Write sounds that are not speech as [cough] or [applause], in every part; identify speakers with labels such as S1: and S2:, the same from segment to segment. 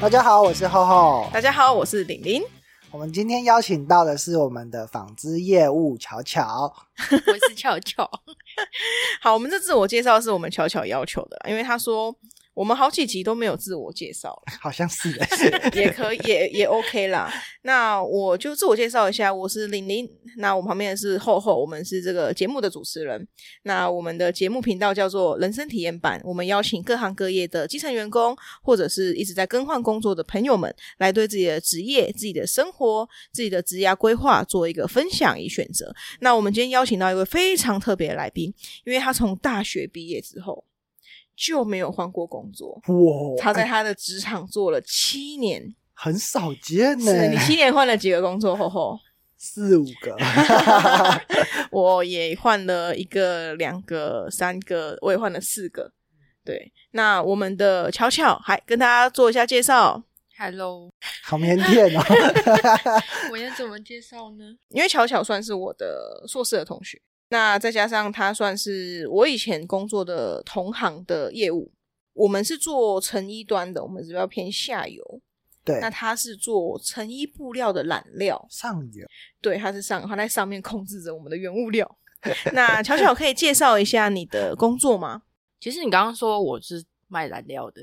S1: 大家好，我是厚厚。
S2: 大家好，我是玲玲。
S1: 我们今天邀请到的是我们的纺织业务巧巧。
S3: 我是巧巧，
S2: [laughs] 好，我们这自我介绍是我们巧巧要求的啦，因为他说我们好几集都没有自我介绍了，
S1: 好像是耶，
S2: [laughs] 也可以，也也 OK 啦。那我就自我介绍一下，我是玲玲，那我旁边的是厚厚，我们是这个节目的主持人。那我们的节目频道叫做人生体验版，我们邀请各行各业的基层员工，或者是一直在更换工作的朋友们，来对自己的职业、自己的生活、自己的职涯规划做一个分享与选择。那我们今天邀请到一位非常特别的来宾，因为他从大学毕业之后就没有换过工作，
S1: 哇，
S2: 他在他的职场做了七年。
S1: 很少见呢，
S2: 是你七年换了几个工作？后后
S1: 四五个， [laughs]
S2: 我也换了一个、两个、三个，我也换了四个。对，那我们的巧巧还跟大家做一下介绍，
S3: Hello，
S1: 好腼腆
S2: [laughs]
S1: 哦。
S3: 我要怎么介绍呢？
S2: 因为巧巧算是我的硕士的同学，那再加上他算是我以前工作的同行的业务，我们是做成衣端的，我们是比较偏下游，
S1: 对
S2: 那，他是做成衣布料的染料，
S1: 上游
S2: 对，他是上他在上面控制着我们的原
S1: [laughs]
S2: 物料。那巧巧可以介绍一下你的工作吗？
S3: 其实你刚刚说我是卖燃料的，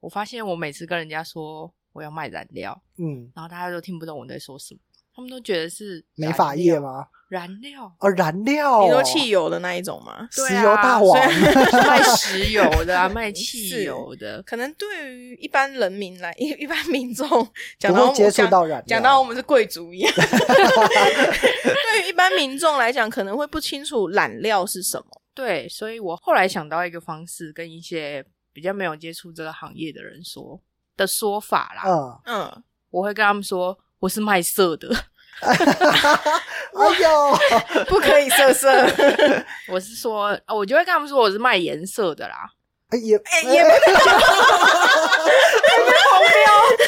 S3: 我发现我每次跟人家说我要卖燃料，
S1: 嗯，
S3: 然后大家都听不懂我在说什么，他们都觉得是
S1: 美发业
S3: 燃料？
S1: 吗？
S3: 燃
S1: [laughs]
S3: 料，
S1: 哦，燃料哦，
S2: 你说汽油的那一种吗？
S3: 对啊
S1: 石油大王，
S3: 是卖石油的、啊，卖汽油的，
S2: 可能对于一般人民来，一一般民众 [laughs] 讲
S1: 不
S2: 到
S1: 会
S2: 我
S1: 接触
S2: 讲
S1: 到燃料，
S2: 讲到我们是贵族一样，
S1: [laughs]
S2: 对于一般民众来讲，可能会不清楚染料是什么。
S3: 对，所以我后来想到一个方式，跟一些比较没有接触这个行业的人说的说法啦，
S1: 嗯，
S2: 嗯，
S3: 我会跟他们说我是卖色的， [laughs]
S1: 哎
S2: [laughs]
S1: 呦，
S2: 不可以色色，
S1: [laughs]
S3: 我是说，哦我就会跟他们说我是卖颜色的啦，
S1: 也
S2: 哎也没
S3: [laughs]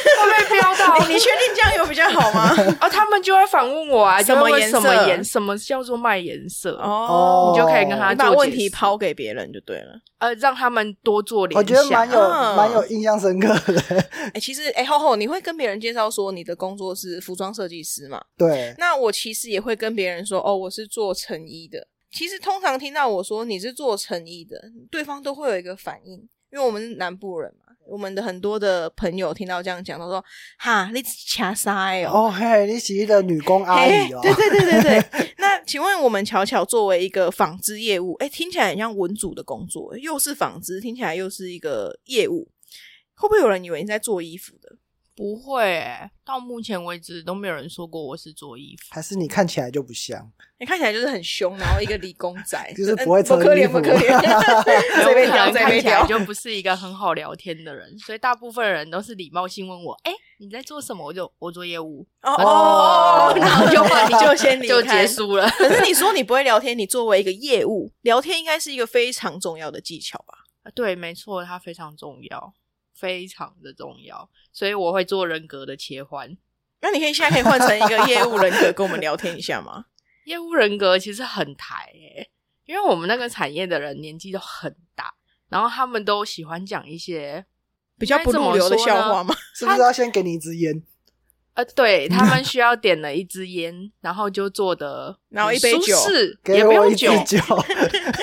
S3: 会被飙到啊
S2: 你确定这样有比较好
S1: [laughs]
S2: 吗？
S3: 哦，他们就会反问我啊，
S2: 什么
S3: 就会
S2: 颜
S3: 问
S2: 色
S3: 什么颜，什么叫做卖颜色？
S2: 哦，
S3: 你就可以跟他
S2: 你
S3: 做
S2: 把问
S3: 解
S2: 题
S3: 释
S2: 抛给别人就对了。
S3: 呃，让他们多做
S1: 我
S3: 联
S1: 觉得蛮有
S3: 想。
S2: 嗯
S1: 蛮有印象深刻的， [laughs]
S2: 哎、其实哎，厚、厚，你会跟别人介绍说你的工作是服装设计师嘛？
S1: 对，
S2: 那我其实也会跟别人说，哦，我是做成衣的。其实通常听到我说你是做成衣的，对方都会有一个反应，因为我们是南部人嘛，我们的很多的朋友听到这样讲，都说哈，你掐塞哦。
S1: 哦嘿，你喜的女工阿
S2: 哎
S1: 姨哦，
S2: 对对对对对。那请问我们巧巧作为一个纺织业务，哎，听起来很像文组的工作，又是纺织，听起来又是一个业务，会不会有人以为你在做衣服的？
S3: 不会欸、到目前为止都没有人说过我是做衣服。
S1: [laughs] 还是你看起来就不像，
S2: 你看起来就是很凶，然后一个理工仔，
S1: [laughs] 就是
S2: 嗯
S1: 不会
S2: 不
S1: 穿
S2: 可
S1: 衣
S2: 怜，
S1: 服
S2: 不可
S1: [laughs]
S2: 怜，随便挑，
S3: 我可能
S2: 随
S3: 看
S2: 便
S3: 起来
S2: 挑。
S3: 就不是一个很好聊天的人，所以大部分人都是礼貌性问我：“哎、你在做什么？”我就我做业务，
S2: 哦
S1: 哦
S2: 然后就你就先离
S3: [laughs] 就
S2: 开
S3: 结。束了。
S2: [laughs] 可是你说你不会聊天，你作为一个业务，聊天应该是一个非常重要的技巧吧？
S3: 对，没错，它非常重要，非常的重要，所以我会做人格的切换。
S2: 那你可以现在可以换成一个业务人格跟我们聊天一下吗？
S3: 业务人格其实很台诶、因为我们那个产业的人年纪都很大，然后他们都喜欢讲一些
S2: 比较不入流的笑话？
S3: 应该怎么说呢
S2: 吗？
S1: 是不是要先给你一支烟？
S3: 呃，对他们需
S2: [laughs]
S3: 要点了一支烟，然后就做的
S2: 然后一杯酒
S3: 也
S1: 给
S3: 不
S1: 我
S3: 用
S1: 一支
S3: 酒，
S1: 酒，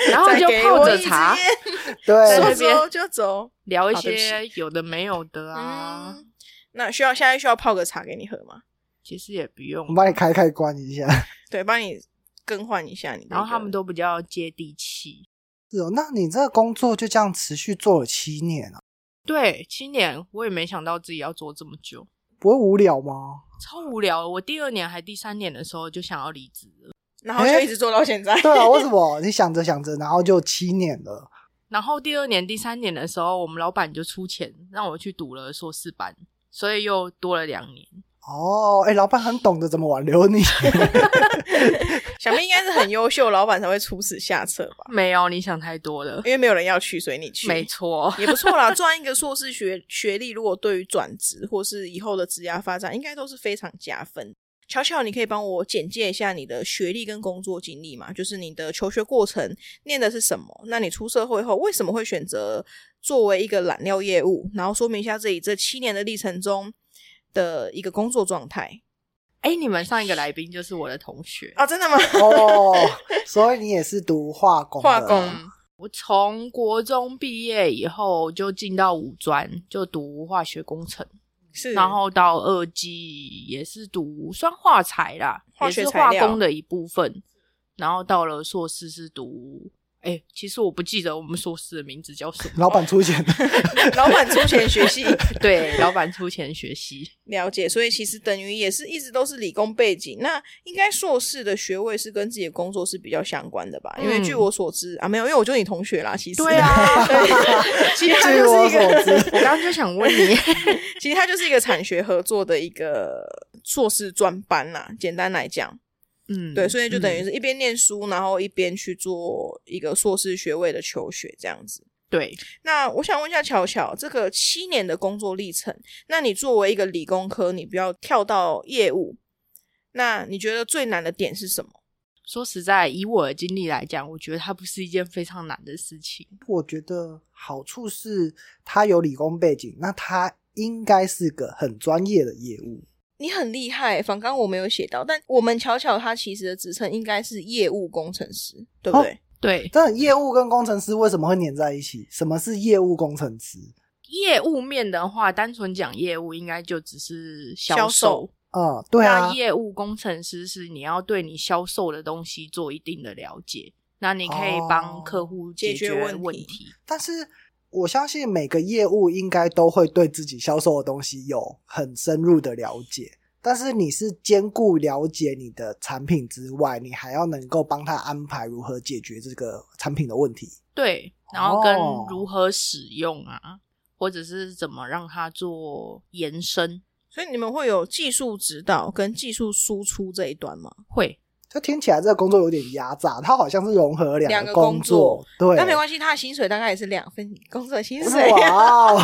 S1: [laughs]
S3: 然后啊就
S2: 再给
S3: 泡
S2: 我
S3: 着
S2: 一支
S3: 茶
S2: 烟
S1: 嗯
S3: 在
S1: 对
S2: 说
S3: 那边
S2: 走就走。
S3: [laughs] 聊一
S2: 好对不
S3: 些有的没有的啊，
S2: 嗯，那需要现在需要泡个茶给你喝吗？
S3: 其实也不用
S1: 我。帮你开开关一下。 [laughs]
S2: 对，帮你更换一下你的一个。
S3: 然后他们都比较接地气。
S1: 是哦，那你这个工作就这样持续做了七年啊，
S3: 对，七年我也没想到自己要做这么久，
S1: 不会无聊吗？
S3: 超无聊的。我第二年还第三年的时候就想要离职了，
S2: 然后就一直做到现在。
S1: 对啊，为什么你想着想着，然后就七年了？
S3: 然后第二年、第三年的时候，我们老板就出钱让我去读了硕士班，所以又多了两年。
S1: 哦，哎、老板很懂得怎么挽留你， [laughs]
S2: 想必应该是很优秀，老板才会出此下策吧？
S3: 没有，你想太多了。
S2: 因为没有人要去，所以你去，
S3: 没错，
S2: 也不错啦。赚一个硕士学学历，如果对于转职或是以后的职涯发展，应该都是非常加分。巧巧，你可以帮我简介一下你的学历跟工作经历吗？就是你的求学过程念的是什么？那你出社会后为什么会选择作为一个染料业务？然后说明一下自己这七年的历程中的一个工作状态
S3: 哎，你们上一个来宾就是我的同学，
S2: 啊？真的吗？
S1: 哦，所以你也是读化工的
S2: 化工
S3: 嗯，我从国中毕业以后就进到五专，就读化学工程，
S2: 是，
S3: 然后到二技也是读算化材啦，
S2: 化学
S3: 也是
S2: 材
S3: 化
S2: 料
S3: 工的一部分。然后到了硕士是读，哎，其实我不记得我们硕士的名字叫什么。
S1: 老板出钱的，
S2: 老板出钱学习
S3: [laughs] 对，老板出钱学习。
S2: 了解，所以其实等于也是一直都是理工背景。那应该硕士的学位是跟自己的工作是比较相关的吧？因为
S3: 嗯
S2: 据我所知啊，没有，因为我就是你同学啦。其实
S3: 对，啊， [laughs]
S2: 其实他
S1: 据
S2: 就是
S1: 我
S2: 一
S1: 所
S2: 个，
S1: 知，
S3: 我刚刚就想问你，
S2: [laughs] 其实他就是一个产学合作的一个硕士专班啦。简单来讲，[laughs]
S3: 嗯，
S2: 对，所以就等于
S3: 嗯
S2: 是一边念书，然后一边去做一个硕士学位的求学这样子。
S3: 对，
S2: 那我想问一下巧巧，这个七年的工作历程，那你作为一个理工科，你不要跳到业务，那你觉得最难的点是什么？
S3: 说实在，以我的经历来讲，我觉得它不是一件非常难的事情。
S1: [laughs] 我觉得好处是他有理工背景，那他应该是个很专业的业务。
S2: 你很厉害，反刚我没有写到，但我们巧巧她其实的职称应该是业务工程师，对
S1: 哦
S2: 不对？
S3: 对，
S1: 但业务跟工程师为什么会粘在一起？什么是业务工程师？
S3: 业务面的话，单纯讲业务，应该就只是
S2: 销
S3: 销
S2: 售
S3: 售。
S1: 啊、对啊
S3: 那，业务工程师是你要对你销售的东西做一定的了解，那你可以帮
S1: 哦
S3: 客户
S2: 解决
S3: 决
S2: 问题
S3: 问题。
S1: 但是我相信每个业务应该都会对自己销售的东西有很深入的了解。但是你是兼顾了解你的产品之外，你还要能够帮他安排如何解决这个产品的问题。
S3: 对，然后跟
S1: 哦
S3: 如何使用啊，或者是怎么让它做延伸，
S2: 所以你们会有技术指导跟技术输出这一段吗？
S3: 会
S1: 这听起来这个工作有点压榨，它好像是融合
S2: 两
S1: 个
S2: 个
S1: 工
S2: 工作
S1: 对，
S2: 那没关系，他的薪水大概也是两份工作的薪水、
S1: 哇
S2: [laughs]
S1: 哦，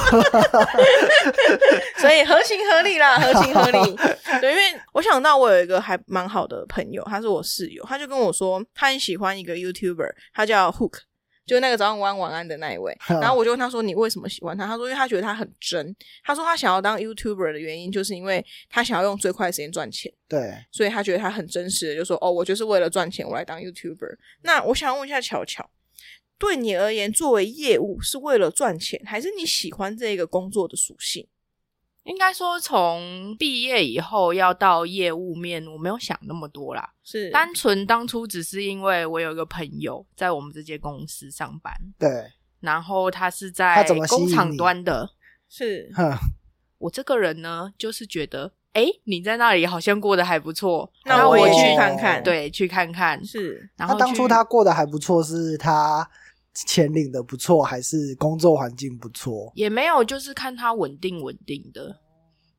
S2: 所以合情合理啦，合情合理。对，因为我想到我有一个还蛮好的朋友，他是我室友，他就跟我说他很喜欢一个 YouTuber，他叫 Hook。就那个早上晚安晚安的那一位，然后我就问他说：“你为什么喜欢他？”他说：“因为他觉得他很真。”他说他想要当 YouTuber 的原因，就是因为他想要用最快的时间赚钱，
S1: 对，
S2: 所以他觉得他很真实的就说：“哦，我就是为了赚钱，我来当 YouTuber。”那我想问一下巧巧，对你而言，作为业务是为了赚钱，还是你喜欢这个工作的属性？
S3: 应该说从毕业以后要到业务面，我没有想那么多啦。
S2: 是
S3: 单纯当初只是因为我有一个朋友在我们这间公司上班，
S1: 对，
S3: 然后他是
S1: 他
S3: 在
S1: 怎么吸引
S3: 工厂
S1: 你
S3: 端的。
S2: 是
S1: 哼，
S3: 我这个人呢，就是觉得，哎，你在那里好像过得还不错，
S2: 那
S3: 那
S2: 我也
S3: 去
S2: 去看看
S3: 对，去看看。
S2: 是
S3: 然
S1: 那
S3: 后
S1: 当初
S3: 去
S1: 他过得还不错，是他钱领的不错，还是工作环境不错？
S3: 也没有，就是看他稳定稳定的。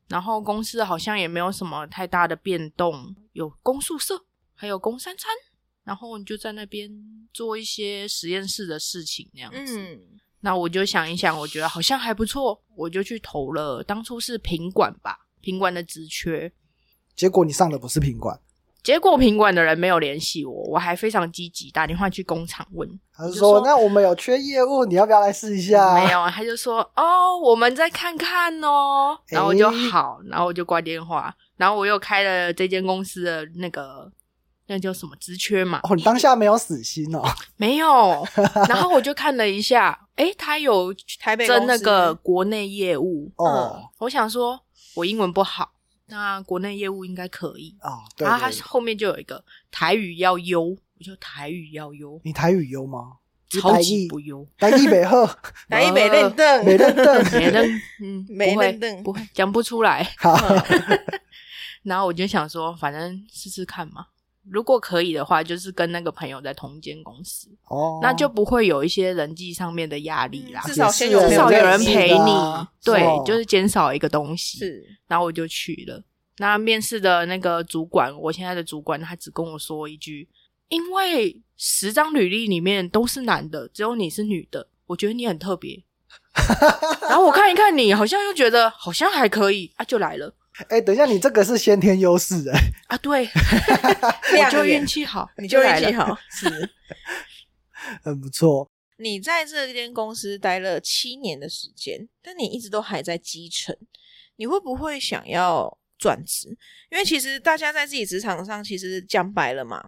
S3: 然后公司好像也没有什么太大的变动，有公宿舍，还有公三餐，然后你就在那边做一些实验室的事情那样子。
S2: 嗯，
S3: 那我就想一想，我觉得好像还不错，我就去投了。当初是品管吧，品管的职缺，
S1: 结果你上的不是品管，
S3: 结果品管的人没有联系我，我还非常积极打电话去工厂问，
S1: 他就
S3: 就
S1: 说
S3: 说
S1: 那我们有缺业务，你要不要来试一下？
S3: 没，有，他就说哦，我们再看看哦，
S1: 诶
S3: 然后我就好，然后我就挂电话，然后我又开了这间公司的那个那叫什么职缺嘛，
S1: 哦，你当下没有死心哦，
S3: 没
S1: [laughs]
S3: 有，然后我就看了一下，诶，他有
S2: 台北
S3: 争那个
S2: 公司
S3: 国内业务，嗯
S1: 哦、
S3: 我想说我英文不好，那国内业务应该可以，
S1: 哦，对
S3: 然后
S1: 对
S3: 他后面就有一个台语要优，我就台语要优，
S1: 你台语优吗？
S3: 超
S1: 台
S3: 级
S1: 语
S3: 不优，
S1: 台语北鹤，
S2: 台北认
S1: 没
S2: 证，
S1: 认
S3: [laughs]
S1: 证，
S3: 呃没人，嗯，
S2: 没
S3: 不会
S2: 认证
S3: 不会讲不出来。
S1: 好，
S3: 然后我就想说，反正试试看嘛。如果可以的话，就是跟那个朋友在同间公司，
S1: 哦，
S3: 那就不会有一些人际上面的压力啦。
S2: 至少先有
S1: 也是啊
S3: 至少有人
S1: 认识
S3: 陪
S1: 的
S3: 你，
S1: 啊
S3: 对，
S1: 哦
S3: 就是减少一个东西。，
S2: 是
S3: 然后我就去了。那面试的那个主管，我现在的主管，他只跟我说一句：“因为十张履历里面都是男的，只有你是女的，我觉得你
S2: [laughs]
S3: 很特别。”然后我看一看你，好像又觉得好像还可以啊，就来了。
S1: 哎、等一下，你这个是先天优势哎、
S3: 啊，
S2: [laughs]
S3: 对，
S2: 亮
S3: 我就
S2: 眼
S3: 运气好，
S2: 你就运
S3: 来
S2: 气
S3: 了。
S2: 好。是
S1: 很不错。 [laughs]
S2: 你在这间公司待了七年的时间，但你一直都还在基层，你会不会想要转职？因为其实大家在自己职场上，其实讲白了嘛，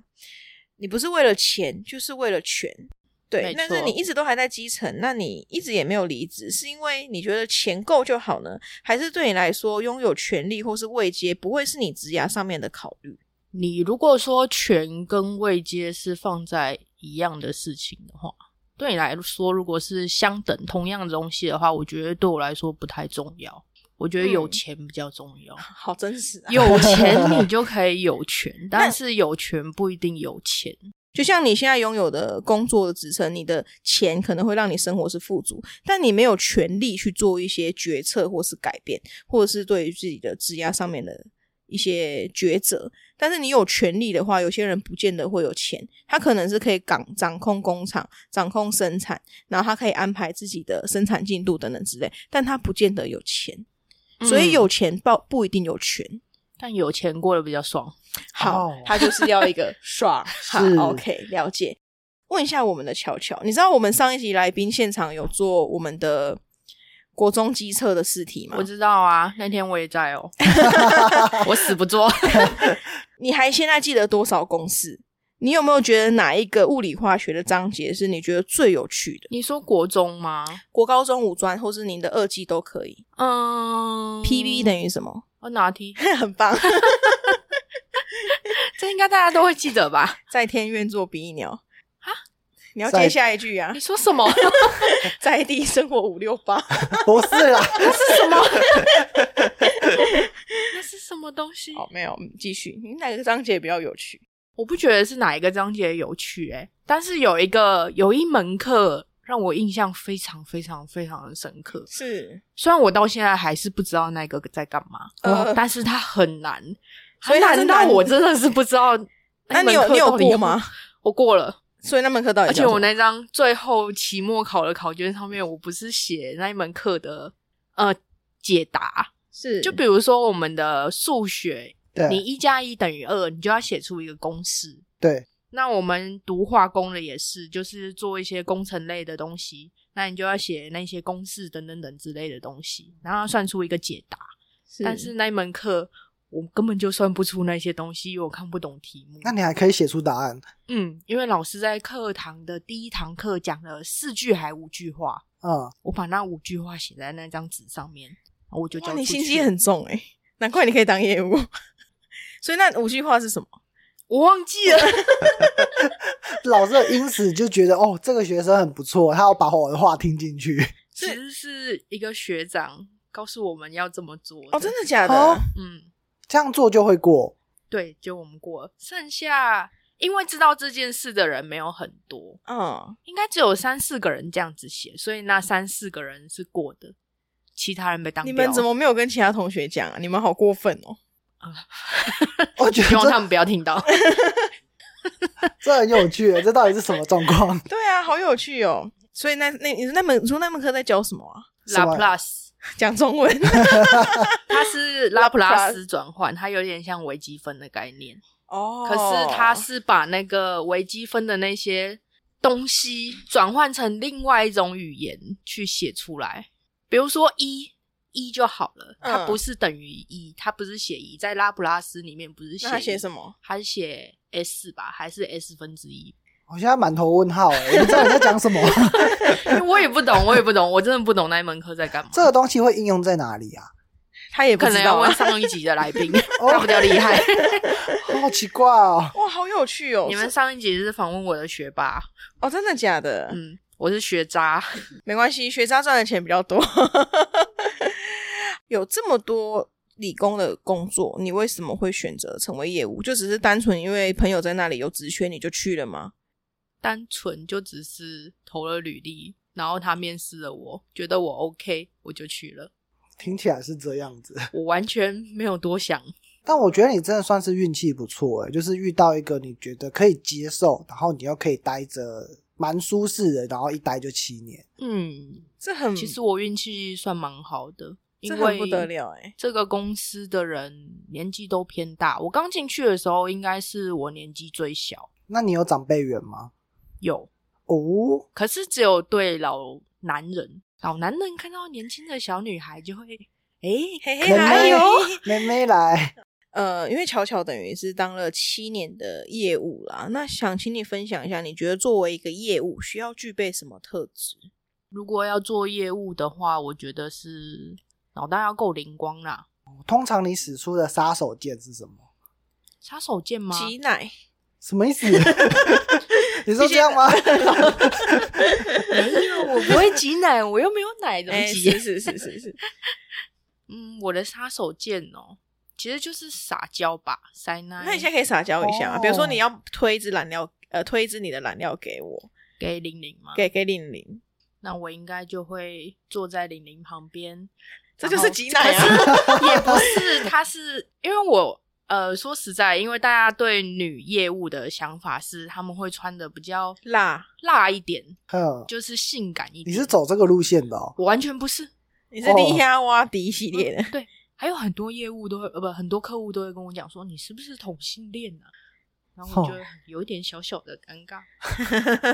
S2: 你不是为了钱，就是为了权。对
S3: 没，
S2: 但是
S3: 错
S2: 你一直都还在基层，那你一直也没有离职，是因为你觉得钱够就好呢，还是对你来说拥有权利或是位阶不会是你职涯上面的考虑？
S3: 你如果说权跟位阶是放在一样的事情的话，对你来说，如果是相等同样的东西的话，我觉得对我来说不太重要。我觉得有
S2: 嗯
S3: 钱比较重
S2: [laughs]
S3: 要，
S2: 好真实啊！
S3: 有钱你就可以有
S2: [laughs]
S3: 权，但是有权不一定有钱。
S2: 就像你现在拥有的工作的职称，你的钱可能会让你生活是富足，但你没有权利去做一些决策或是改变，或者是对于自己的职业上面的一些抉择。但是你有权利的话，有些人不见得会有钱，他可能是可以掌掌控工厂、掌控生产，然后他可以安排自己的生产进度等等之类，但他不见得有钱，所以
S3: 嗯
S2: 有钱不不一定有权。
S3: 但有钱过得比较爽。
S2: 好，
S1: 哦
S2: 他就是要一 [laughs] 个爽。好
S1: 是
S2: ，OK，了解。问一下我们的巧巧，你知道我们上一集来宾现场有做我们的国中机测的试题吗
S3: 我？知道啊，那天我也
S2: [laughs]
S3: 在哦，我死不做。 [laughs]
S2: 你还现在记得多少公式？你有没有觉得哪一个物理化学的章节是你觉得最有趣的？
S3: 你说国中吗？
S2: 国高中五专，或是您的二技都可以。
S3: 嗯
S2: PV 等于什么？ [laughs]
S3: 我哦哪题？ [laughs]
S2: 很棒，
S3: 这应该大家都会记得吧？
S2: 在天愿做比翼鸟啊！你要
S1: 在
S2: 接下一句啊
S3: 你，说什么？ [laughs]
S2: 在地生活五六八。
S1: 不是
S3: [laughs]
S1: 啦，
S3: 那是什么东
S2: [laughs]
S3: 西？
S2: 好，没有，嗯继续。你哪个章节比较有趣？
S3: 我不觉得是哪一个章节有趣诶、但是有一个有一门课让我印象非常非常非常的深刻。
S2: 是，
S3: 虽然我到现在还是不知道那个在干嘛，
S2: 呃
S3: 但是它很难，
S2: 所以它
S3: 它
S2: 是
S3: 难到
S2: 难
S3: 我真的是不知道
S2: 那你
S3: 门
S2: 有
S3: 课
S2: 你有
S3: 到底
S2: 过
S3: 要
S2: 吗？
S3: [laughs]
S2: 哎
S3: 我过了，
S2: 所以那门课到底
S3: 而
S2: 叫
S3: 且
S2: 什么？
S3: 我那张最后期末考的考卷上面，我不是写那一门课的呃解答，
S2: 是
S3: 就比如说我们的数学，
S1: 对
S3: 你一加一等于二，你就要写出一个公式。
S1: 对，
S3: 那我们读化工的也是，就是做一些工程类的东西，那你就要写那些公式等等等之类的东西，然后要算出一个解答。但是那一门课我根本就算不出那些东西，因为我看不懂题目。
S1: 那你还可以写出答案
S3: 嗯，因为老师在课堂的第一堂课讲了四句还五句话，
S1: 啊、
S3: 我把那五句话写在那张纸上面，然后我就交
S2: 哇，
S3: 出
S2: 你心
S3: 去
S2: 机很重哎、难怪你可以当业务。 [laughs] 所以那五句话是什么？
S3: 我忘记
S2: [laughs]
S3: 了。
S1: 老师因此就觉得哦，这个学生很不错，他要把我的话听进去。
S3: 其实是一个学长告诉我们要这么做
S2: 哦，真的假的？
S1: 哦
S3: 嗯，
S1: 这样做就会过。
S3: 对，就我们过了，剩下因为知道这件事的人没有很多，
S2: 嗯，
S3: 应该只有三四个人这样子写，所以那三四个人是过的，其他人被当
S2: 你
S3: 掉。
S2: 们怎么没有跟其他同学讲啊？你们好过分哦！
S1: 我觉
S2: [laughs]
S3: 希望他
S1: 得
S3: 们不要听到？
S1: 这这很有趣，哦这到底是什么状况？
S2: 对啊，好有趣哦。所以那那你那门你说那门课在教什么啊？ [laughs]
S1: 什
S3: La
S1: 么
S3: Plus，
S2: 讲中文 [laughs]
S3: 它是拉普
S2: La
S3: 拉
S2: Plus
S3: 斯转换，它有点像微积分的概念，
S2: 哦
S3: 可是它是把那个微积分的那些东西转换成另外一种语言去写出来，比如说一。一就好了，
S2: 嗯
S3: 它不是等于一，它不是写一，在拉普拉斯里面不是写
S2: 那他写
S3: 么？
S2: 什么？
S3: 它是写 s 吧，还是 s 分之一？ [laughs]
S1: 我现在满头问号，哎，我不知道你在讲什么。 [laughs]
S3: 因为我也不懂，我也不懂，我真的不懂那一门课在干嘛。
S1: 这个东西会应用在哪里啊？
S2: 他也不
S3: 可
S2: 知
S3: 能
S2: 道
S3: 要
S2: 啊
S3: 问。上一集的
S2: [laughs]
S3: 来宾，
S1: 哦
S3: [laughs] 他比较厉害。
S1: 好奇怪哦。
S2: 哇，好有趣哦！
S3: 你们
S2: 是
S3: 上一集是访问我的学霸，
S2: 哦，真的假的？
S3: 嗯，我是学渣，
S2: 没关系，学渣赚的钱比较多。 [laughs] 有这么多理工的工作，你为什么会选择成为业务？就只是单纯因为朋友在那里有职缺，你就去了吗？
S3: 单纯就只是投了履历，然后他面试了我，觉得我 OK，我就去了，
S1: 听起来是这样子，
S3: 我完全没有多想。
S1: 但我觉得你真的算是运气不错诶、就是遇到一个你觉得可以接受，然后你又可以待着蛮舒适的，然后一待就七年。
S3: 嗯，
S2: 这很
S3: 其实我运气算蛮好的，
S2: 这
S3: 因
S2: 很
S3: 为
S2: 不得了哎、
S3: 这个公司的人年纪都偏大，我刚进去的时候应该是我年纪最小，
S1: 那你有长辈缘吗？
S3: 有，
S1: 哦，
S3: 可是只有对老男人，老男人看到年轻的小女孩就会，哎、
S2: 嘿
S1: 可
S2: 嘿，
S1: 能
S2: 还有
S1: 妹妹来，
S2: 呃，因为巧巧等于是当了七年的业务啦，那想请你分享一下，你觉得作为一个业务需要具备什么特质？
S3: 如果要做业务的话，我觉得是脑袋要够灵光啦。
S1: 通常你使出的杀手锏是什么？
S3: 杀手锏吗？ [laughs]
S2: 挤奶，
S1: 什么意思？你说这样吗？ [laughs]
S3: 没有，我不会挤奶，我又没有奶怎么
S2: 哎，
S3: 挤？
S2: 是是是是
S3: [laughs]
S2: 是，
S3: 嗯，我的杀手锏哦，其实就是撒娇吧，塞奶。
S2: 那你现在可以撒娇一下吗？比如说
S1: 哦
S2: 你要推一支燃料，呃，推一支你的燃料给我，
S3: 给玲玲吗？
S2: 给给玲玲，
S3: 那我应该就会坐在玲玲旁边，
S2: 这
S3: 然
S2: 就是
S3: 后
S2: 挤奶啊！
S3: [laughs] 也不是，他是因为我呃，说实在，因为大家对女业务的想法是，他们会穿的比较
S2: 辣，
S3: 辣一点，
S1: 哼，
S3: 就是性感一
S1: 嗯你
S3: 点。
S1: 是走这个路线的哦。
S3: 我完全不是。
S2: 你
S3: 哦
S2: 是地下挖底系列的，
S3: 对，还有很多业务都会呃不，很多客户都会跟我讲说，你是不是同性恋啊？然后我就
S1: 哦
S3: 有一点小小的尴尬， [laughs]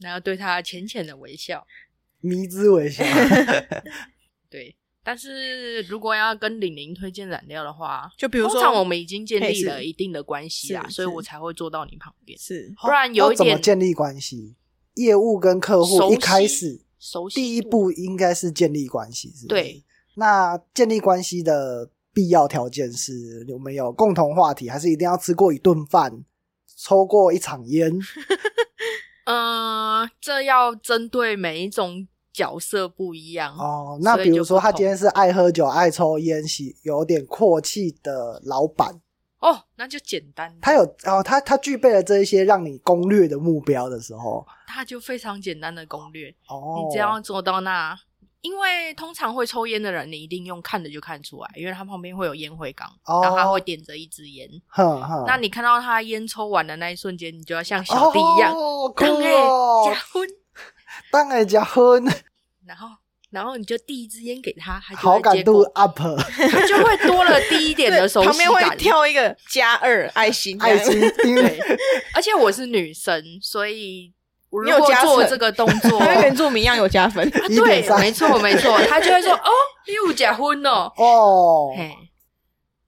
S3: 然后对他浅浅的微笑。
S1: 迷之微笑，
S3: 对，但是如果要跟玲玲推荐染料的话，
S2: 就比如
S3: 通常
S2: 说
S3: 我们已经建
S2: 嘿
S3: 立
S2: 是
S3: 了一定的关系啦，
S2: 是
S3: 所以
S2: 是
S3: 我才会坐到你旁边。
S2: 是
S3: 不然 [laughs] 有一
S1: 要怎么
S3: 点
S1: 建立关系？业务跟客户
S3: 熟
S1: 一开
S3: 悉
S1: 始
S3: 熟悉
S1: 第一
S3: 度
S1: 步应该是建立关系，是不是
S3: 对。
S1: 那建立关系的必要条件是我们有共同话题，还是一定要吃过一顿饭、抽过一场
S3: [laughs]
S1: 烟？
S3: 嗯，这要针对每一种角色不一样。
S1: 哦，那
S3: 所以
S1: 比如
S3: 就
S1: 说
S3: 不
S1: 他
S3: 同
S1: 今天是爱喝酒、爱抽烟、喜有点阔气的老板，
S3: 哦，那就简单，
S1: 他有哦，他他具备了这一些让你攻略的目标的时候，
S3: 他就非常简单的攻略，
S1: 哦，
S3: 你只要做到那。因为通常会抽烟的人，你一定用看的就看出来，因为他旁边会有烟灰缸，
S1: 哦
S3: 然后他会点着一支烟。
S1: 哼
S2: 嗯
S1: 哼，哦
S3: 那你看到他烟抽完的那一瞬间，你就要像小弟一样，
S1: 哦，酷
S3: 当哎
S1: 哦
S3: 加，昏，
S1: 当然加分，
S3: 然后然后你就递一支烟给他，他就
S1: 好
S3: 会
S1: 感
S3: 接
S1: 度
S3: 过
S1: up，
S3: 他就会多了第一点的熟悉
S2: 旁边会
S3: 感。
S2: 跳一个加二爱心，
S1: 爱心叮，
S3: 对，而且我是女生，所以我
S2: 你
S3: 如
S2: 有
S3: 果
S2: 加
S3: 做
S2: 成
S3: 这个动作，
S2: 它跟原
S3: 啊
S2: 住 [laughs] 民一样有加分。
S3: 对，
S1: 1.3
S3: 没错没错，他就会说哦，你有假婚哦，
S1: 哦，
S3: 嘿，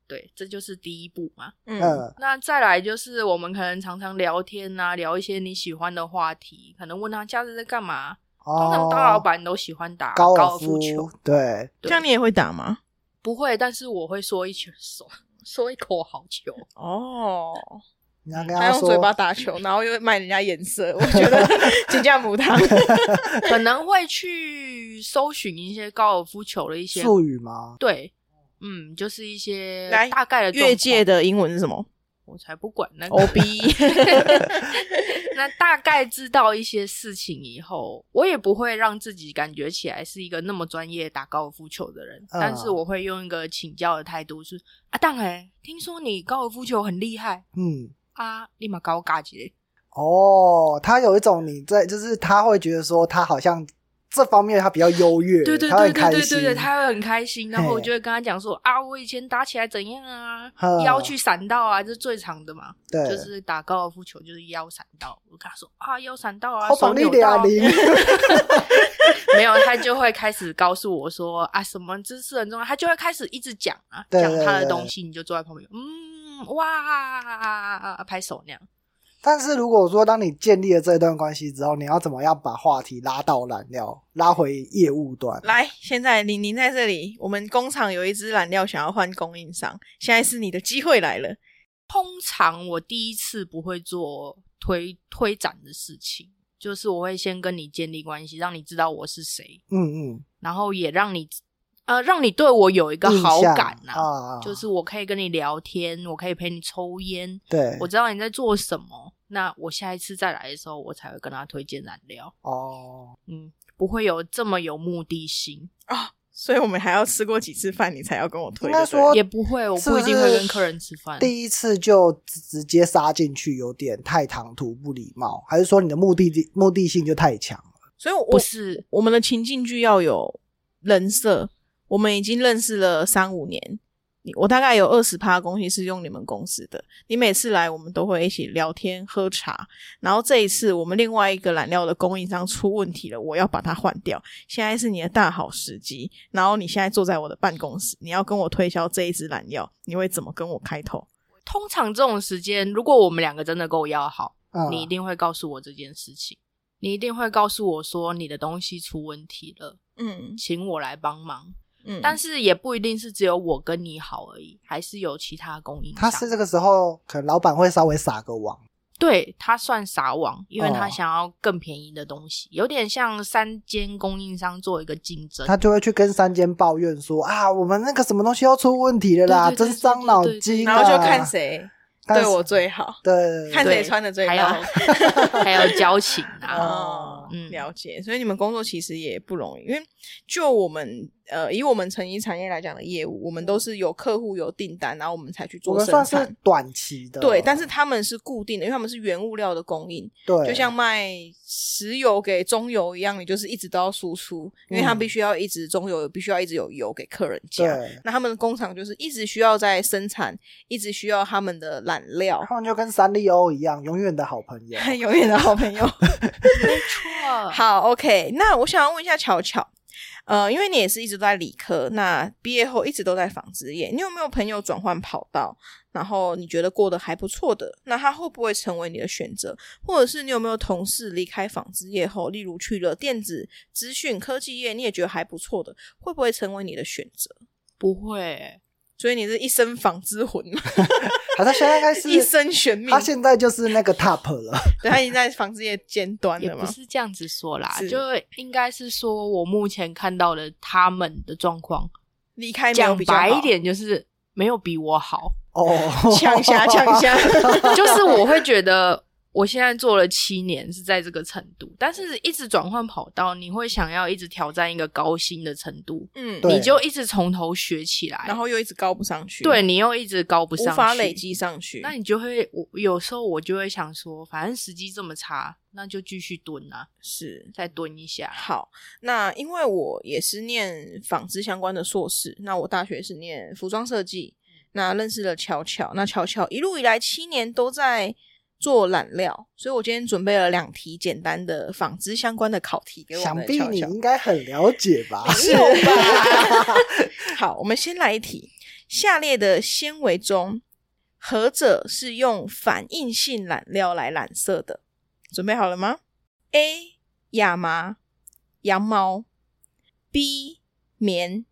S3: 对，这就是第一步嘛。
S2: 嗯，
S1: 嗯，
S3: 那再来就是我们可能常常聊天啊，聊一些你喜欢的话题，可能问他假日在干嘛。通常大老
S1: 哦，
S3: 板都喜欢打
S1: 高
S3: 尔
S1: 尔
S3: 夫球，
S1: 对，
S2: 这样你也会打吗？
S3: 不会，但是我会说 [laughs] 一球手，说一口好球。
S2: 哦，
S1: 你要跟
S2: 他
S1: 他
S2: 用嘴
S1: 说，
S2: 巴打球，然后又卖人家颜色，我觉
S3: [laughs]
S2: 得金价母汤。
S3: 可能会去搜寻一些高尔夫球的一些
S1: 术语吗？
S3: 对，嗯，就是一些
S2: 来
S3: 大概的
S2: 越界
S3: 的，
S2: 的英文是什么
S3: 我才不管那个。
S1: 哦 [laughs]
S2: ？O B。
S3: [laughs] 那大概知道一些事情以后，我也不会让自己感觉起来是一个那么专业打高尔夫球的人，
S1: 嗯
S3: 但是我会用一个请教的态度是，啊，当然，听说你高尔夫球很厉害
S1: 嗯。
S3: 啊，立马高嘎起来。
S1: 哦，他有一种你在，就是他会觉得说他好像这方面他比较优越，
S3: 对对
S1: 他会很
S3: 对对
S1: 开
S3: 对
S1: 心
S3: 对对，他会很开心。然后我
S1: 嘿
S3: 就会跟他讲说啊，我以前打起来怎样啊
S1: 呵，
S3: 腰去闪到啊，这是最长的嘛，
S1: 对
S3: 就是打高尔夫球就是腰闪到。我跟他说啊，腰闪到啊，
S1: 好
S3: 手
S1: 绑力
S3: 扭
S1: 的
S3: 到
S1: 啊
S3: 啊。 [laughs]
S1: 你，
S3: 没有，他就会开始告诉我说啊，什么知识很重要，他就会开始一直讲啊，
S1: 对
S3: 讲他
S1: 对
S3: 的
S1: 对
S3: 东西，你就坐在旁边，嗯，哇，拍手那样。
S1: 但是如果说当你建立了这段关系之后，你要怎么样把话题拉到燃料，拉回业务端？
S2: 来，现在玲玲在这里，我们工厂有一支染料想要换供应商，现在是你的机会来了。
S3: 通常我第一次不会做推推展的事情，就是我会先跟你建立关系，让你知道我是谁，
S1: 嗯嗯，
S3: 然后也让你呃让你对我有一个好感
S1: 印象
S3: 呐、
S1: 啊，
S3: 就是我可以跟你聊天，我可以陪你抽烟，
S1: 对
S3: 我知道你在做什么。那我下一次再来的时候，我才会跟他推荐燃料。
S1: 哦，
S3: 嗯，不会有这么有目的性，
S2: 啊所以我们还要吃过几次饭，你才要跟我推。
S1: 应该
S2: 对不对
S1: 说
S3: 也不会，我
S1: 是
S3: 不一定会
S1: 哦是
S3: 跟客人吃饭。
S1: 第一次就直直接杀进去，有点太唐突不礼貌，还是说你的目的地目的性就太强了？
S2: 所以我
S3: 不是
S2: 我们的情境剧要有人设。我们已经认识了三五年，你我大概有二十趴东西是用你们公司的。你每次来，我们都会一起聊天喝茶。然后这一次，我们另外一个染料的供应商出问题了，我要把它换掉。现在是你的大好时机。然后你现在坐在我的办公室，你要跟我推销这一支染料，你会怎么跟我开头？
S3: 通常这种时间，如果我们两个真的够要好，
S1: 啊，
S3: 你一定会告诉我这件事情，你一定会告诉我说你的东西出问题了，
S2: 嗯
S3: 请我来帮忙。
S2: 嗯
S3: 但是也不一定是只有我跟你好而已，还是有其他供应商。
S1: 他是这个时候，可能老板会稍微撒个网，
S3: 对他算撒网，因为他
S1: 哦
S3: 想要更便宜的东西，有点像三间供应商做一个竞争。
S1: 他就会去跟三间抱怨说啊，我们那个什么东西要出问题了啦，
S3: 对对对
S1: 真伤脑筋、啊。
S2: 然后就看谁
S1: 但是嗯
S2: 对我最好，
S1: 对啊
S2: 看谁
S3: 对
S2: 穿的最
S3: 还有
S2: 好。
S3: [laughs]
S1: [laughs]
S3: 还有交情啊，
S2: 哦，
S3: 嗯
S2: 了解。所以你们工作其实也不容易，因为就我们呃，以我们成衣产业来讲的业务，我们都是有客户有订单，然后我们才去
S1: 我
S2: 做
S1: 们
S2: 生
S1: 算是
S2: 产。
S1: 短期的，
S2: 对，但是他们是固定的，因为他们是原物料的供应，
S1: 对，
S2: 就像卖石油给中油一样，你就是一直都要输出，因为他
S1: 嗯
S2: 必须要一直中油必须要一直有油给客人加。
S1: 对，
S2: 那他们的工厂就是一直需要在生产，一直需要他们的染料，
S1: 他们就跟三丽鸥一样，永远的好朋友。
S2: [laughs] 永远的好朋友。
S3: [laughs] 错，
S2: 好，OK，那我想要问一下巧巧，呃，因为你也是一直都在理科，那毕业后一直都在纺织业，你有没有朋友转换跑道，然后你觉得过得还不错的？那他会不会成为你的选择？或者是你有没有同事离开纺织业后，例如去了电子、资讯、科技业，你也觉得还不错的，会不会成为你的选择？
S3: 不会欸，
S2: 所以你是一身纺织魂嘛，
S1: 好，他现在开始，
S2: [laughs] 一生玄命
S1: 他，现在就是那个 top 了。
S2: 对，他已经在纺织业尖端
S3: 也
S2: 了
S3: 不
S2: 嘛。
S3: 是这样子说啦，
S2: 是
S3: 就应该是说我目前看到的他们的状况，
S2: 离开没有
S3: 讲
S2: 比较
S3: 白
S2: 好
S3: 一，点就是没有比我好，
S1: 哦，
S2: 呛虾呛 [laughs]
S3: [laughs]
S2: 虾，
S3: 就是我会觉得我现在做了七年是在这个程度，但是一直转换跑道，你会想要一直挑战一个高薪的程度，
S2: 嗯，
S1: 对
S3: 你就一直从头学起来，
S2: 然后又一直高不上去，
S3: 对你又一直高不上
S2: 无
S3: 去，
S2: 法累积上去。
S3: 那你就会，我有时候我就会想说，反正时机这么差，那就继续蹲啊，
S2: 是
S3: 再蹲一下。
S2: 好，那因为我也是念纺织相关的硕士，那我大学是念服装设计，那认识了巧巧，那巧巧一路以来七年都在做染料，所以我今天准备了两题简单的纺织相关的考题给我
S1: 想
S2: 们的
S1: 必
S2: 巧
S1: 你
S2: 巧。
S1: 应该很了解
S2: [laughs]
S1: 吧？
S2: 是吧？ [laughs] 好，我们先来一题。下列的纤维中，何者是用反应性染料来染色的？准备好了吗？A. 亚麻、羊毛；B. 棉、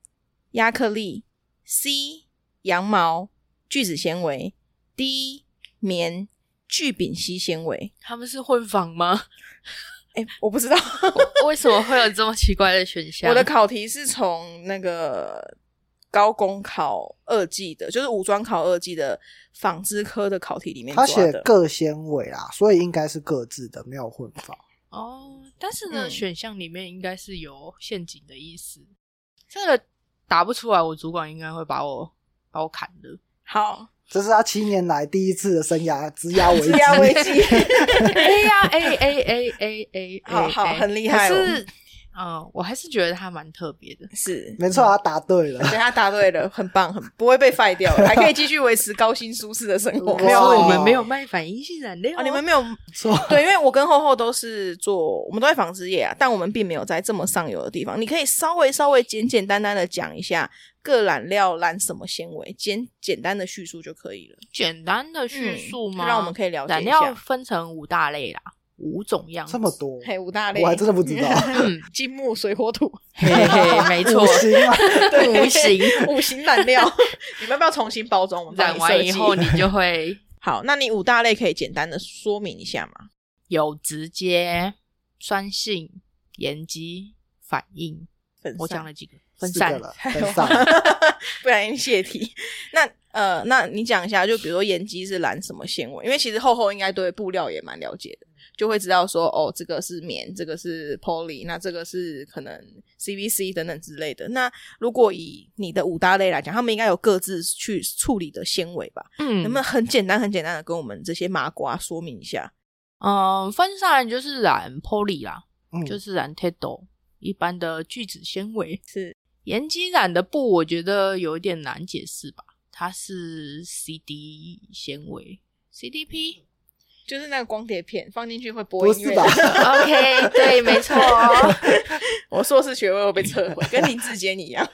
S2: 亚克力；C. 羊毛、聚酯纤维；D. 棉、聚丙烯纤维。
S3: 他们是混纺吗？
S2: 哎、我不知道，
S3: [laughs] 为什么会有这么奇怪的选项？
S2: 我的考题是从那个高工考二技的，就是武装考二技的纺织科的考题里面
S1: 他
S2: 抓
S1: 写
S2: 的。
S1: 各纤维啦，所以应该是各自的，没有混纺。
S3: 哦，但是呢，
S2: 嗯
S3: 选项里面应该是有陷阱的意思。这个答不出来，我主管应该会把我把我砍的。
S2: 好，
S1: 这是他七年来第一次的生涯职涯危
S2: 职涯危
S1: 机。 [laughs]
S2: 机，
S3: 哎 [laughs] 呀，哎哎哎哎 [laughs] 哎，
S2: 好好
S3: 哎
S2: 很厉害
S3: 可
S2: 哦
S3: 是，嗯，我还是觉得他蛮特别的。
S2: 是。
S1: 没错，他答对
S2: [laughs]
S1: 了。
S2: 对他答对了，很棒，很不会被废掉了，还可以继续维持高薪舒适的生活。
S1: 没有
S3: 可是我们
S1: 哦
S3: 没有卖反应性染料
S2: 啊，你们没有
S1: 错
S2: 对，因为我跟厚厚都是做，我们都在纺织业啊，但我们并没有在这么上游的地方。你可以稍微稍微简简单单的讲一下各染料染什么纤维，简简单的叙述就可以了。
S3: 简单的叙述吗？
S2: 嗯让我们可以了解
S3: 染
S2: 一
S3: 料
S2: 下。
S3: 分成五大类啦，五种样子。
S1: 这么多，
S2: 嘿，五大类，
S1: 我还真的不知道
S3: 嗯，
S2: [laughs] 金木水火
S3: [laughs]
S2: 土，
S3: 嘿嘿，没错
S1: [laughs] 五，星啊，
S2: 对
S3: 五行
S2: [laughs] 五行染
S3: [laughs]
S2: 料，你们要不要重新包装？我们帮你
S3: 染完以
S2: 设计
S3: 后，你就会
S2: 好，那你五大类可以简单的说明一下吗？
S3: 有直接、酸性、盐基、反应。
S2: 分
S3: 我
S2: 散
S3: 讲了几个？分
S1: 四
S3: 散
S1: 个了，分散。
S2: 不然泄题。那呃，那你讲一下，就比如说盐基是染什么纤维？因为其实厚厚应该对布料也蛮了解的，就会知道说哦，这个是棉，这个是 poly，那这个是可能 CVC 等等之类的。那如果以你的五大类来讲，他们应该有各自去处理的纤维吧？
S3: 嗯，
S2: 能不能很简单、很简单的跟我们这些麻瓜说明一下？
S3: 嗯，分散 [laughs] 就是染 poly 啦，
S1: 嗯，
S3: 就是染 t e d o 一般的聚酯纤维，
S2: 是
S3: [laughs] 盐基染的布，我觉得有一点难解释吧，它是 CD 纤维
S1: [laughs]
S3: CDP。
S2: 就是那个光碟片放进去会播
S1: 不
S2: 音
S1: 是
S2: 乐
S1: 吧
S2: 的。？
S3: OK，对，没
S2: [laughs]
S3: 错，哦
S2: 我硕士学位会被撤回，跟林志坚一
S1: [laughs]
S2: 样。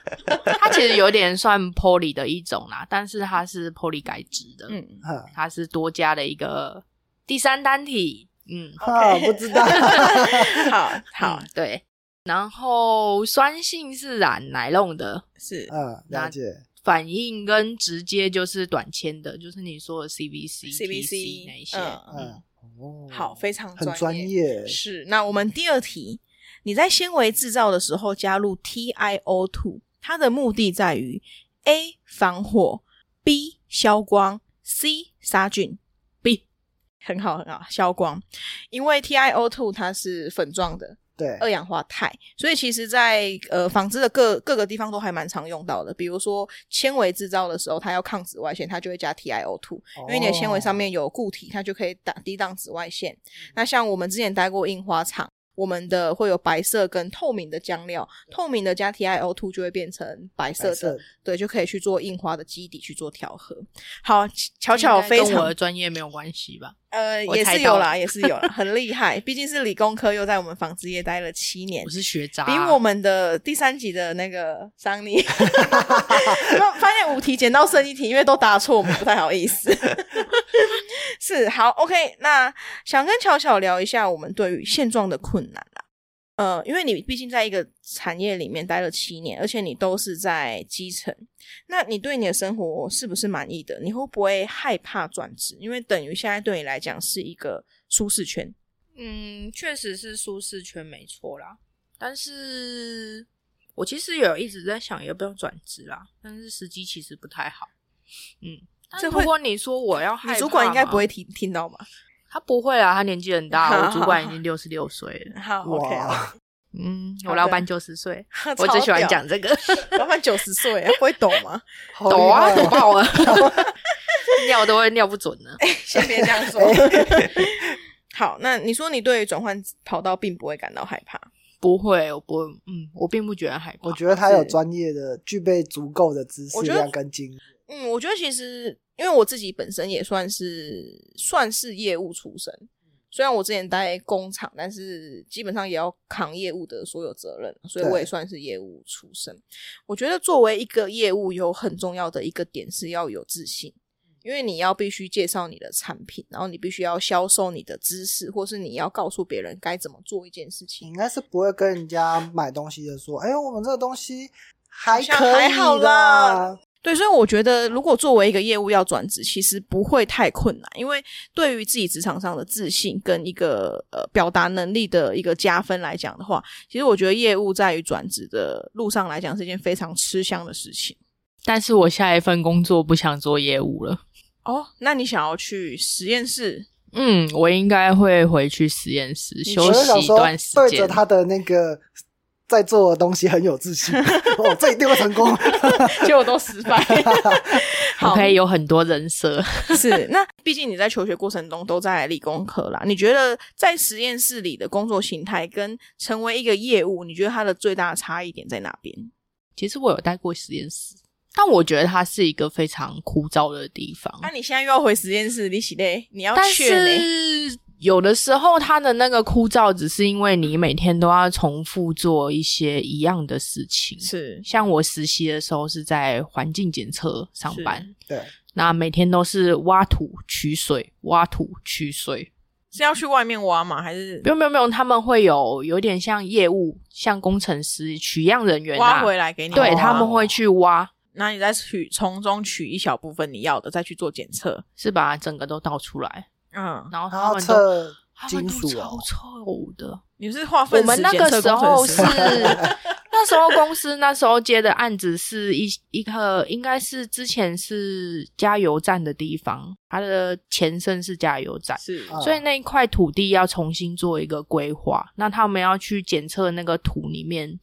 S3: 它其实有点算 poly 的一种啦，但是它是 poly 改制的，
S2: [laughs] 嗯，
S1: [laughs] 哈
S3: 它是多加了一个第三单体，嗯，
S1: 哈，啊不知道。
S2: 好好
S3: 嗯对。然后酸性是染奶弄的，
S2: 是
S1: 嗯，了解。
S3: 反应跟直接就是短纤的，就是你说的 CVC、
S2: CBC
S3: 那一些。
S2: 嗯，
S1: 嗯，哦
S2: 好，非常
S1: 很
S2: 专
S1: 专业。
S2: 是，那我们第二题，你在纤维制造的时候加入 TiO 2它的目的在于 A 防火，B 消光，C 杀菌。B [laughs] 很好很好，消光，因为 TiO 2它是粉状的
S1: 对，
S2: 二氧化钛，所以其实在呃纺织的各各个地方都还蛮常用到的。比如说纤维制造的时候，它要抗紫外线，它就会加 TiO 2因为你的纤
S3: 哦
S2: 维上面有固体，它就可以打抵挡紫外线。那像我们之前待过印花厂，我们的会有白色跟透明的浆料，透明的加 TiO 2就会变成白色
S1: 白
S2: 的，
S1: 色
S2: 对，就可以去做印花的基底去做调和。好，巧
S3: 而
S2: 巧非
S3: 跟我
S2: 常
S3: 的专业没有关系吧？
S2: 呃
S3: 我
S2: 也
S3: 猜
S2: 是
S3: 到
S2: 有啦，
S3: 了
S2: 也是有啦，很厉害，毕竟是理工科，又在我们纺织业待了七年
S3: 我，是学渣，啊
S2: 比我们的第三集的那个桑尼， [laughs] 那发现五题剪到剩一题，因为都答错，我们不太好意思。 [laughs] 是好，OK，那想跟巧巧聊一下我们对于现状的困难啦。呃，因为你毕竟在一个产业里面待了七年，而且你都是在基层，那你对你的生活是不是满意的？你会不会害怕转职？因为等于现在对你来讲是一个舒适圈。
S3: 嗯，确实是舒适圈没错啦。但是我其实有一直在想要不要转职啦，但是时机其实不太好。嗯，但
S2: 这
S3: 如
S2: 会
S3: 果你说我要
S2: 你
S3: 害怕
S2: 主管应该
S3: 吗
S2: 不会，听听到吧？
S3: 他不会啊，他年纪很大，
S2: 好
S3: 我主管
S1: [laughs]
S3: 已经六十六岁了。
S2: 好，OK，好
S1: 哇，
S3: 嗯，
S2: 好
S3: 我
S2: 的
S3: 老板九十岁，
S2: 我
S3: 我最喜欢讲这个，
S1: [laughs]
S2: [laughs] 老板九十岁，不会懂吗？
S1: 好
S3: 抖啊
S1: 厉害
S3: 抖
S1: 哦
S3: 爆
S1: [laughs]
S3: 啊，尿都会尿不准呢。
S2: [laughs]
S1: 哎
S2: 先别这样 [laughs] 说。好，那你说你对转换跑道并不会感到害怕，
S3: [laughs] 不会，我不，嗯，我并不觉得害怕。
S1: 我觉得他有
S2: 是
S1: 专业的，具备足够的知识
S2: 我觉得
S1: 量跟经验。
S2: 嗯，我觉得其实因为我自己本身也算是算是业务出身，虽然我之前待工厂，但是基本上也要扛业务的所有责任，所以
S1: 对
S2: 我也算是业务出身。我觉得作为一个业务，有很重要的一个点是要有自信。因为你要必须介绍你的产品，然后你必须要销售你的知识，或是你要告诉别人该怎么做一件事情
S1: 你。应该是不会跟人家买东西的说，哎、我们这个东西还
S2: 像
S1: 可
S2: 还
S1: 以
S2: 好啦
S1: 啦。
S2: 对，所以我觉得，如果作为一个业务要转职，其实不会太困难，因为对于自己职场上的自信跟一个呃表达能力的一个加分来讲的话，其实我觉得业务在于转职的路上来讲是一件非常吃香的事情。
S3: 但是我下一份工作不想做业务了。
S2: 哦，那你想要去实验室？ [laughs]
S3: 嗯，我应该会回去实验室
S2: 你
S3: 休
S1: 我就想
S3: 息一
S1: 说
S3: 段时，
S1: 对着
S3: 间。
S1: 他的那个在做的东西很有自信，哦，这一定会成功。
S3: [laughs]
S2: 结果都失败。
S3: 我
S2: 好，
S3: 可以有很多人设。 [laughs]
S2: 是，那毕竟你在求学过程中都在理工科啦，你觉得在实验室里的工作形态跟成为一个业务，你觉得它的最大的差异点在哪边？
S3: 其实我有待过实验室，但我觉得它是一个非常枯燥的地方。
S2: 那、你现在又要回实验室，你洗嘞，你要
S3: 但
S2: 去嘞，
S3: 是有的时候，它的那个枯燥，只是因为你每天都要重复做一些一样的事情。
S2: 是
S3: 像我实习的时候是在环境检测上
S2: 是
S3: 班，
S1: 对，
S3: 那每天都是挖土取水，挖土取水。
S2: 是要去外面挖吗？还是
S3: 不用不用不用，他们会有有点像业务，像工程师取样人员、啊、
S2: 挖回来给你？
S3: 对
S1: 哦
S3: 他们会去挖，
S2: 那你再取从中取一小部分你要的，再去做检测。
S3: 是把整个都倒出来，
S2: 嗯，
S3: 然后
S1: 然
S3: 他
S1: 后
S3: 们都
S1: 测
S3: 他们
S1: 金
S3: 都
S1: 属
S3: 超
S1: 哦，
S3: 臭的。
S2: 你是划
S3: 我
S2: 分
S3: 们
S2: 时
S3: 那
S2: 检测
S3: 个时
S2: 工
S3: 候
S2: 程
S3: 是
S2: 师吗
S3: 那时候公司那时候接的案子是一一个应该是之前是加油站的地方，它的前身是加油站。
S2: 是
S1: 啊
S3: 所以那一块土地要重新做一个规划，那他们要去检测那个土里面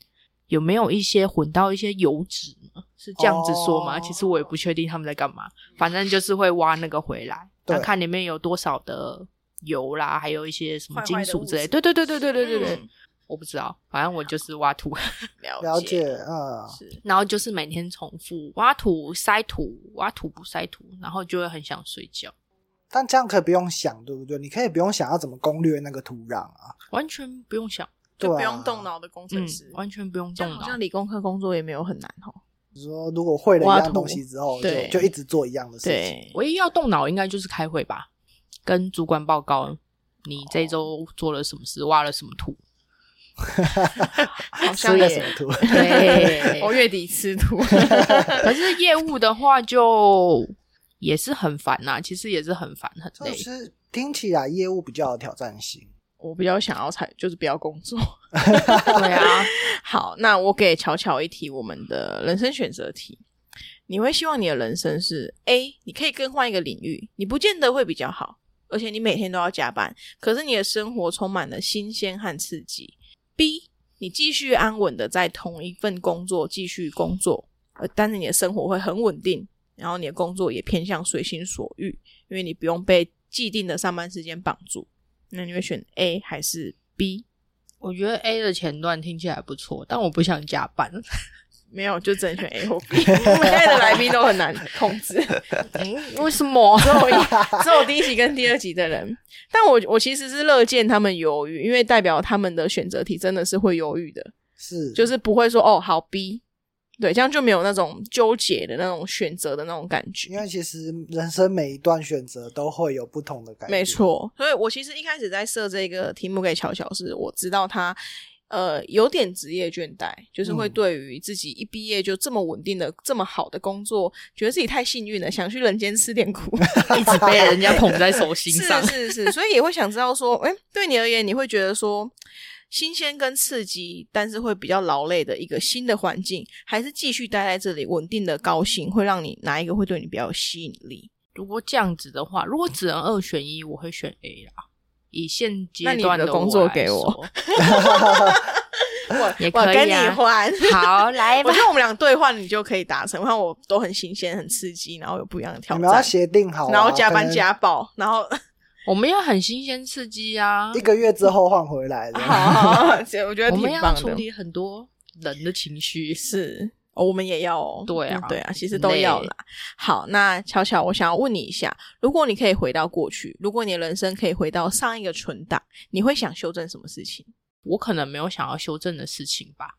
S3: 有没有一些混到一些油脂呢？是这样子说吗？
S1: 哦
S3: 其实我也不确定他们在干嘛，反正就是会挖那个回来，
S1: 对
S3: 那看里面有多少的油啦，还有一些什么
S2: 坏坏
S3: 金
S2: 的
S3: 属之类。
S2: 物质
S3: 对对对对对对对对，
S2: 嗯
S3: 我不知道，反正我就是挖土， [laughs]
S1: 了
S2: 了
S1: 解，嗯，
S2: 是
S3: 然后就是每天重复挖土、塞土、挖土不塞土，然后就会很想睡觉，
S1: 但这样可以不用想，对不对？你可以不用想要怎么攻略那个土壤啊，
S3: 完全不用想，
S1: 对
S4: 就
S1: 啊
S4: 不用动脑的工程
S3: 嗯
S4: 师，，
S3: 完全不用
S2: 这
S3: 动
S2: 样好
S3: 脑。
S2: 像理工科工作也没有很难哦。
S1: 你说如果会了一
S2: 挖
S1: 样
S2: 土
S1: 东西之后，就
S2: 对
S1: 就一直做一样的事情。
S2: 对，
S3: 唯一要动脑应该就是开会吧，跟主管报告你这周做了什么事，挖了什么土。
S2: 好
S1: 吃
S2: 像
S1: 了什么
S2: 也，
S1: [laughs] 土？
S3: 对
S2: 我月底吃土，
S3: 可是业务的话就也是很烦呐、其实也是很烦很
S1: 就
S3: 累。
S1: 是听起来业务比较有挑战性。
S2: 我比较想要才就是不要工作。
S3: 对啊，
S2: [laughs] 好，那我给巧巧一题，我们的人生选择题。你会希望你的人生是 A，你可以更换一个领域，你不见得会比较好，而且你每天都要加班，可是你的生活充满了新鲜和刺激。B，你继续安稳的在同一份工作继续工作，呃，但是你的生活会很稳定，然后你的工作也偏向随心所欲，因为你不用被既定的上班时间绑住。那你会选 A 还是 B？
S3: 我觉得 A 的前段听起来不错，但我不想加班。
S2: 没有，就只能选 A 或 B。我们现在的来宾都很难控制，
S3: 为什 [laughs] 么？
S2: 只有一只有第一集跟第二集的人。但我我其实是乐见他们犹豫，因为代表他们的选择题真的是会犹豫的，
S1: 是，
S2: 就是不会说哦好 B，对，这样就没有那种纠结的那种选择的那种感觉
S1: 因。为其实人生每一段选择都会有不同的改变。
S2: 没，错，所以我其实一开始在设这个题目给巧巧时，我知道他呃有点职业倦怠，就是会
S1: 嗯
S2: 对于自己一毕业就这么稳定的、这么好的工作，觉得自己太幸运了，想去人间吃点苦，
S3: [laughs] 一直被人家捧在手心上。
S2: 是是是，所以也会想知道说，哎、对你而言，你会觉得说新鲜跟刺激，但是会比较劳累的一个新的环境，还是继续待在这里稳定的高薪，会让你哪一个会对你比较有吸引力？
S3: 如果这样子的话，如果只能二选一，我会选 A 啦。以现阶
S2: 那你
S3: 段
S2: 的工作给
S3: 我
S2: [laughs] 我
S3: 来说，
S2: 我
S3: 也
S2: 我
S3: 可以
S2: 跟你
S3: 啊
S2: 换。
S3: 好 [laughs] 来吧
S2: 我觉。得我们俩对话，你就可以达成。然后我都很新鲜、很刺激，然后有不一样的
S1: [laughs]
S2: 挑
S1: 你们要
S2: 战，
S1: 协定好啊、
S2: 然后加
S1: 可
S2: 班
S1: 能
S2: 加爆，然后
S3: 我们要很新鲜刺激啊
S1: 一！个月之后换回来的。
S2: 好好好，这我觉得
S3: 我
S2: 挺
S3: 们要
S2: 棒
S3: 处
S2: 的。
S3: 理很多人的情绪，
S2: 是、哦，我们也要哦。
S3: 对啊
S2: 嗯对啊，其实都要
S3: 累
S2: 啦。好，那巧巧，我想要问你一下，如果你可以回到过去，如果你的人生可以回到上一个存档，你会想修正什么事情？
S3: 我可能没有想要修正的事情吧。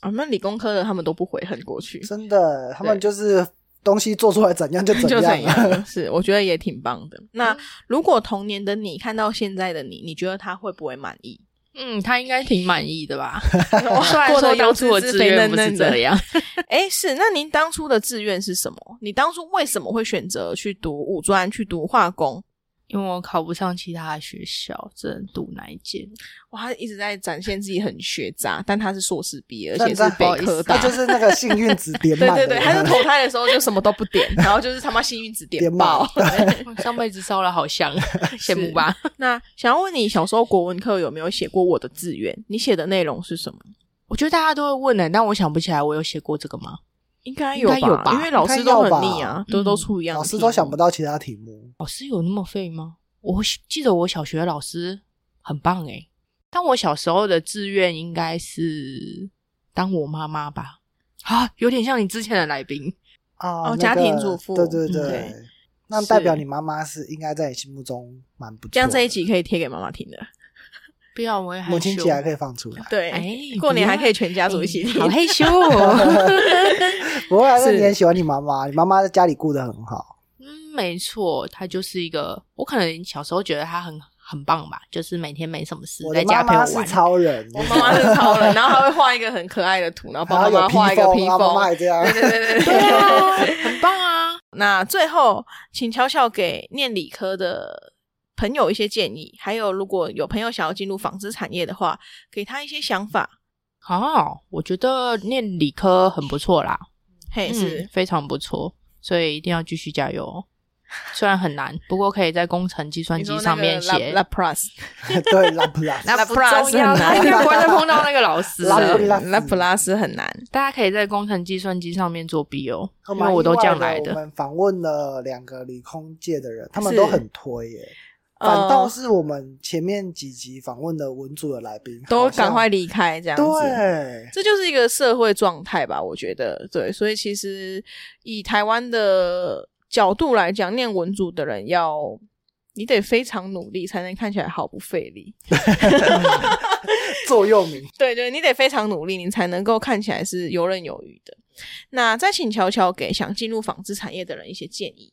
S2: 啊，那理工科的他们都不悔恨过去，
S1: [laughs] 真的，他们就是东西做出来怎样就怎
S2: [laughs]
S1: 样、
S2: 就怎
S1: 啊。
S2: 样？是，我觉得也挺棒的。那如果童年的你看到现在的你，你觉得他会不会满意？
S3: 嗯，他应该挺满意
S2: [laughs]
S3: 的吧？虽然
S2: 过得
S3: 说当
S2: 有
S3: 初的
S2: 滋
S3: 志
S2: 滋肥
S3: 愿
S2: 嫩
S3: 不是
S2: 嫩
S3: 这
S2: 的。 [laughs]
S3: 样，
S2: 哎，是，那您当初的志愿是什么？你当初为什么会选择去读五专，去读化工？
S3: 因为我考不上其他的学校，只能读哪一
S2: [laughs]
S3: 间？
S2: 哇，他一直在展现自己很学渣，但他是硕士毕业，而
S1: 但
S2: 且是
S1: 但
S2: 北科
S1: 他
S2: 大。
S1: 就是啊那个幸运值点
S2: 对
S1: 满的
S2: [laughs] 对
S1: 人。啊
S2: 对，他是投胎的时候就什么都不点，然后就是他妈幸运值点爆。
S3: 上辈子烧了好香，羡慕吧？
S2: [laughs] 那想要问你，小时候国文课有没有写过我的志愿？你写的内容是什么？
S3: 我觉得大家都会问的、但我想不起来我有写过这个吗？
S2: 应该
S3: 应
S2: 有
S3: 该有吧
S2: 因为老师都很
S1: 应该有
S2: 腻啊
S1: 吧，
S2: 都
S3: 嗯
S2: 都出一样的
S1: 老
S2: 题目。哦
S1: 师都想不到其他题目。
S3: 老师有那么废吗？我记得我小学老师很棒诶、但我小时候的志愿应该是当我妈妈吧？啊，有点像你之前的来宾，
S1: 啊、
S2: 哦
S1: 那个
S2: 家庭主妇
S1: 对对
S2: 嗯
S1: 对，
S2: 对
S1: 那代表
S3: 是
S1: 你妈妈是应该在你心目中蛮不错的。
S2: 这样这一集可以贴给妈妈听的。
S3: 不要我也害羞
S1: 母亲节还啊可以放
S2: [laughs]
S1: 出来，
S2: 对，
S3: 哎
S2: 过年
S3: 不
S2: 还
S3: 要
S2: 可以全家族一起
S3: 哎
S2: 听。
S3: 好害羞、哦。
S1: 不过还是
S2: 是
S1: 你很喜欢你妈妈，你妈妈在家里顾得很好。
S3: [laughs] 嗯，没错，他就是一个，我可能小时候觉得他很很棒吧，就是每天没什么事，
S1: 我
S3: 在
S1: 的
S3: 家
S1: 妈
S3: 陪
S1: 妈
S3: 我
S1: 是
S3: 玩。
S1: 超人，
S2: [laughs] 我妈妈是超人，然后她会画一个很可爱的图，然
S1: 然
S2: 后帮
S1: 后
S2: 妈
S1: 有
S2: 妈画一个披
S1: 然后妈妈
S2: 风。
S1: 也这样
S2: 对。对对对
S3: 对啊， [laughs] 很棒啊！
S2: 那最后，请巧巧给念理科的朋友一些建议，还有如果有朋友想要进入纺织产业的话，给他一些想法。
S3: 哦，我觉得念理科很不错啦，
S2: 嘿，是、
S3: 嗯、非常不错，所以一定要继续加油哦。虽然很难，不过可以在工程计算
S2: 你
S3: 机
S2: 说
S3: 上面写
S2: La。Plus
S1: [laughs] 对，拉不拉？
S2: La
S3: 不重
S2: Plus
S3: 要，
S2: 很
S3: 他应
S2: 难。
S3: 该不会再碰到那个老师
S1: 拉
S3: 了。
S1: 布拉
S2: La Plus 很难，
S3: 大家可以在工程计算机上面做 B O，
S1: 哦
S3: 因
S1: 蛮
S3: 为我都
S1: 意外
S3: 这样来
S1: 的。我
S3: 的。
S1: 们访问了两个理工界的人，他们
S2: 是
S1: 都很推耶。反倒
S2: 呃
S1: 是我们前面几集访问的文组的来宾
S2: 都
S1: 好像
S2: 赶快离开这样子。
S1: 对，
S2: 这就是一个社会状态吧，我觉得对，所以其实以台湾的角度来讲，念文组的人要你得非常努力，才能看起来毫不费力。
S1: 座右铭
S2: 对对，你得非常努力，你才能够看起来是游刃有余的。那再请乔乔给想进入纺织产业的人一些建议。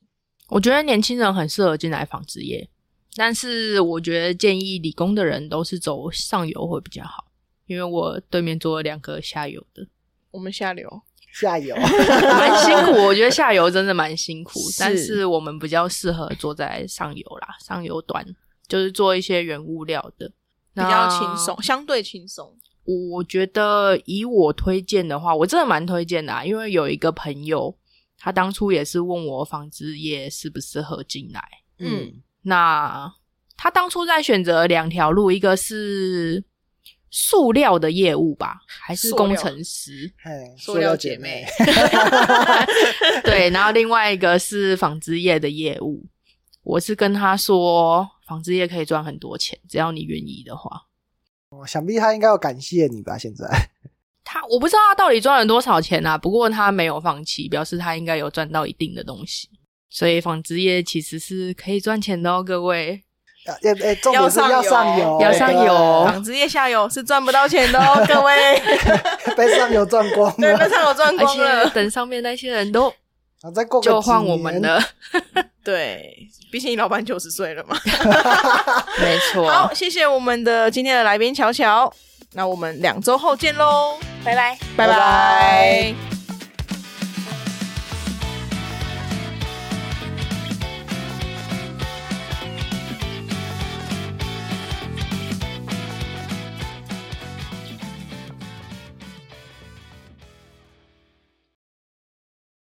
S3: 我觉得年轻人很适合进来纺织业，但是我觉得建议理工的人都是走上游会比较好，因为我对面坐了两个下游的，
S2: 我们下流，
S1: 下
S3: [laughs]
S1: 游
S2: [laughs]
S3: 蛮辛苦。我觉得下游真的蛮辛苦，
S2: 是
S3: 但是我们比较适合坐在上游啦，上游端就是做一些原物料的，
S2: 比较轻
S3: 啊
S2: 松，。相对轻松。
S3: 我觉得以我推荐的话，我真的蛮推荐的、啊，因为有一个朋友，他当初也是问我纺织业适不适合进来。
S2: 嗯
S1: 嗯，
S3: 那他当初在选择两条路，一个是塑料的业务吧，还是
S2: 塑料
S3: 工程师？
S1: 嘿，
S2: 塑料姐妹
S1: 塑料姐妹
S3: [laughs] 对，然后另外一个是纺织业的业务。我是跟他说，纺织业可以赚很多钱，只要你愿意的话。
S1: 我哦想必她应该要感谢你吧？现在 [laughs]
S3: 他我不知道他到底赚了多少钱啊，不过他没有放弃，表示他应该有赚到一定的东西。所以纺织业其实是可以赚钱的哦，各位。哦
S1: 呃诶诶，重点是
S2: 要
S1: 要
S2: 上
S1: 上
S2: 游
S1: 游，
S3: 要上游
S2: 纺织业下游是赚不到钱的哦，各
S3: [laughs]
S2: 位。
S1: 对， [laughs] 被上游赚光
S2: [laughs] 对，那
S1: 了。
S2: 上游赚
S3: 而
S2: 光了
S3: 且。等上面那些人都
S1: 啊再过个
S3: 就换
S1: 几
S3: 我们
S1: 年
S3: 了，
S2: 对，毕竟你老板九十岁了嘛。
S3: [laughs] 没错
S2: 好，谢谢我们的今天的来宾乔乔，那我们两周后见喽，拜拜，
S1: 拜
S2: 拜拜
S1: 拜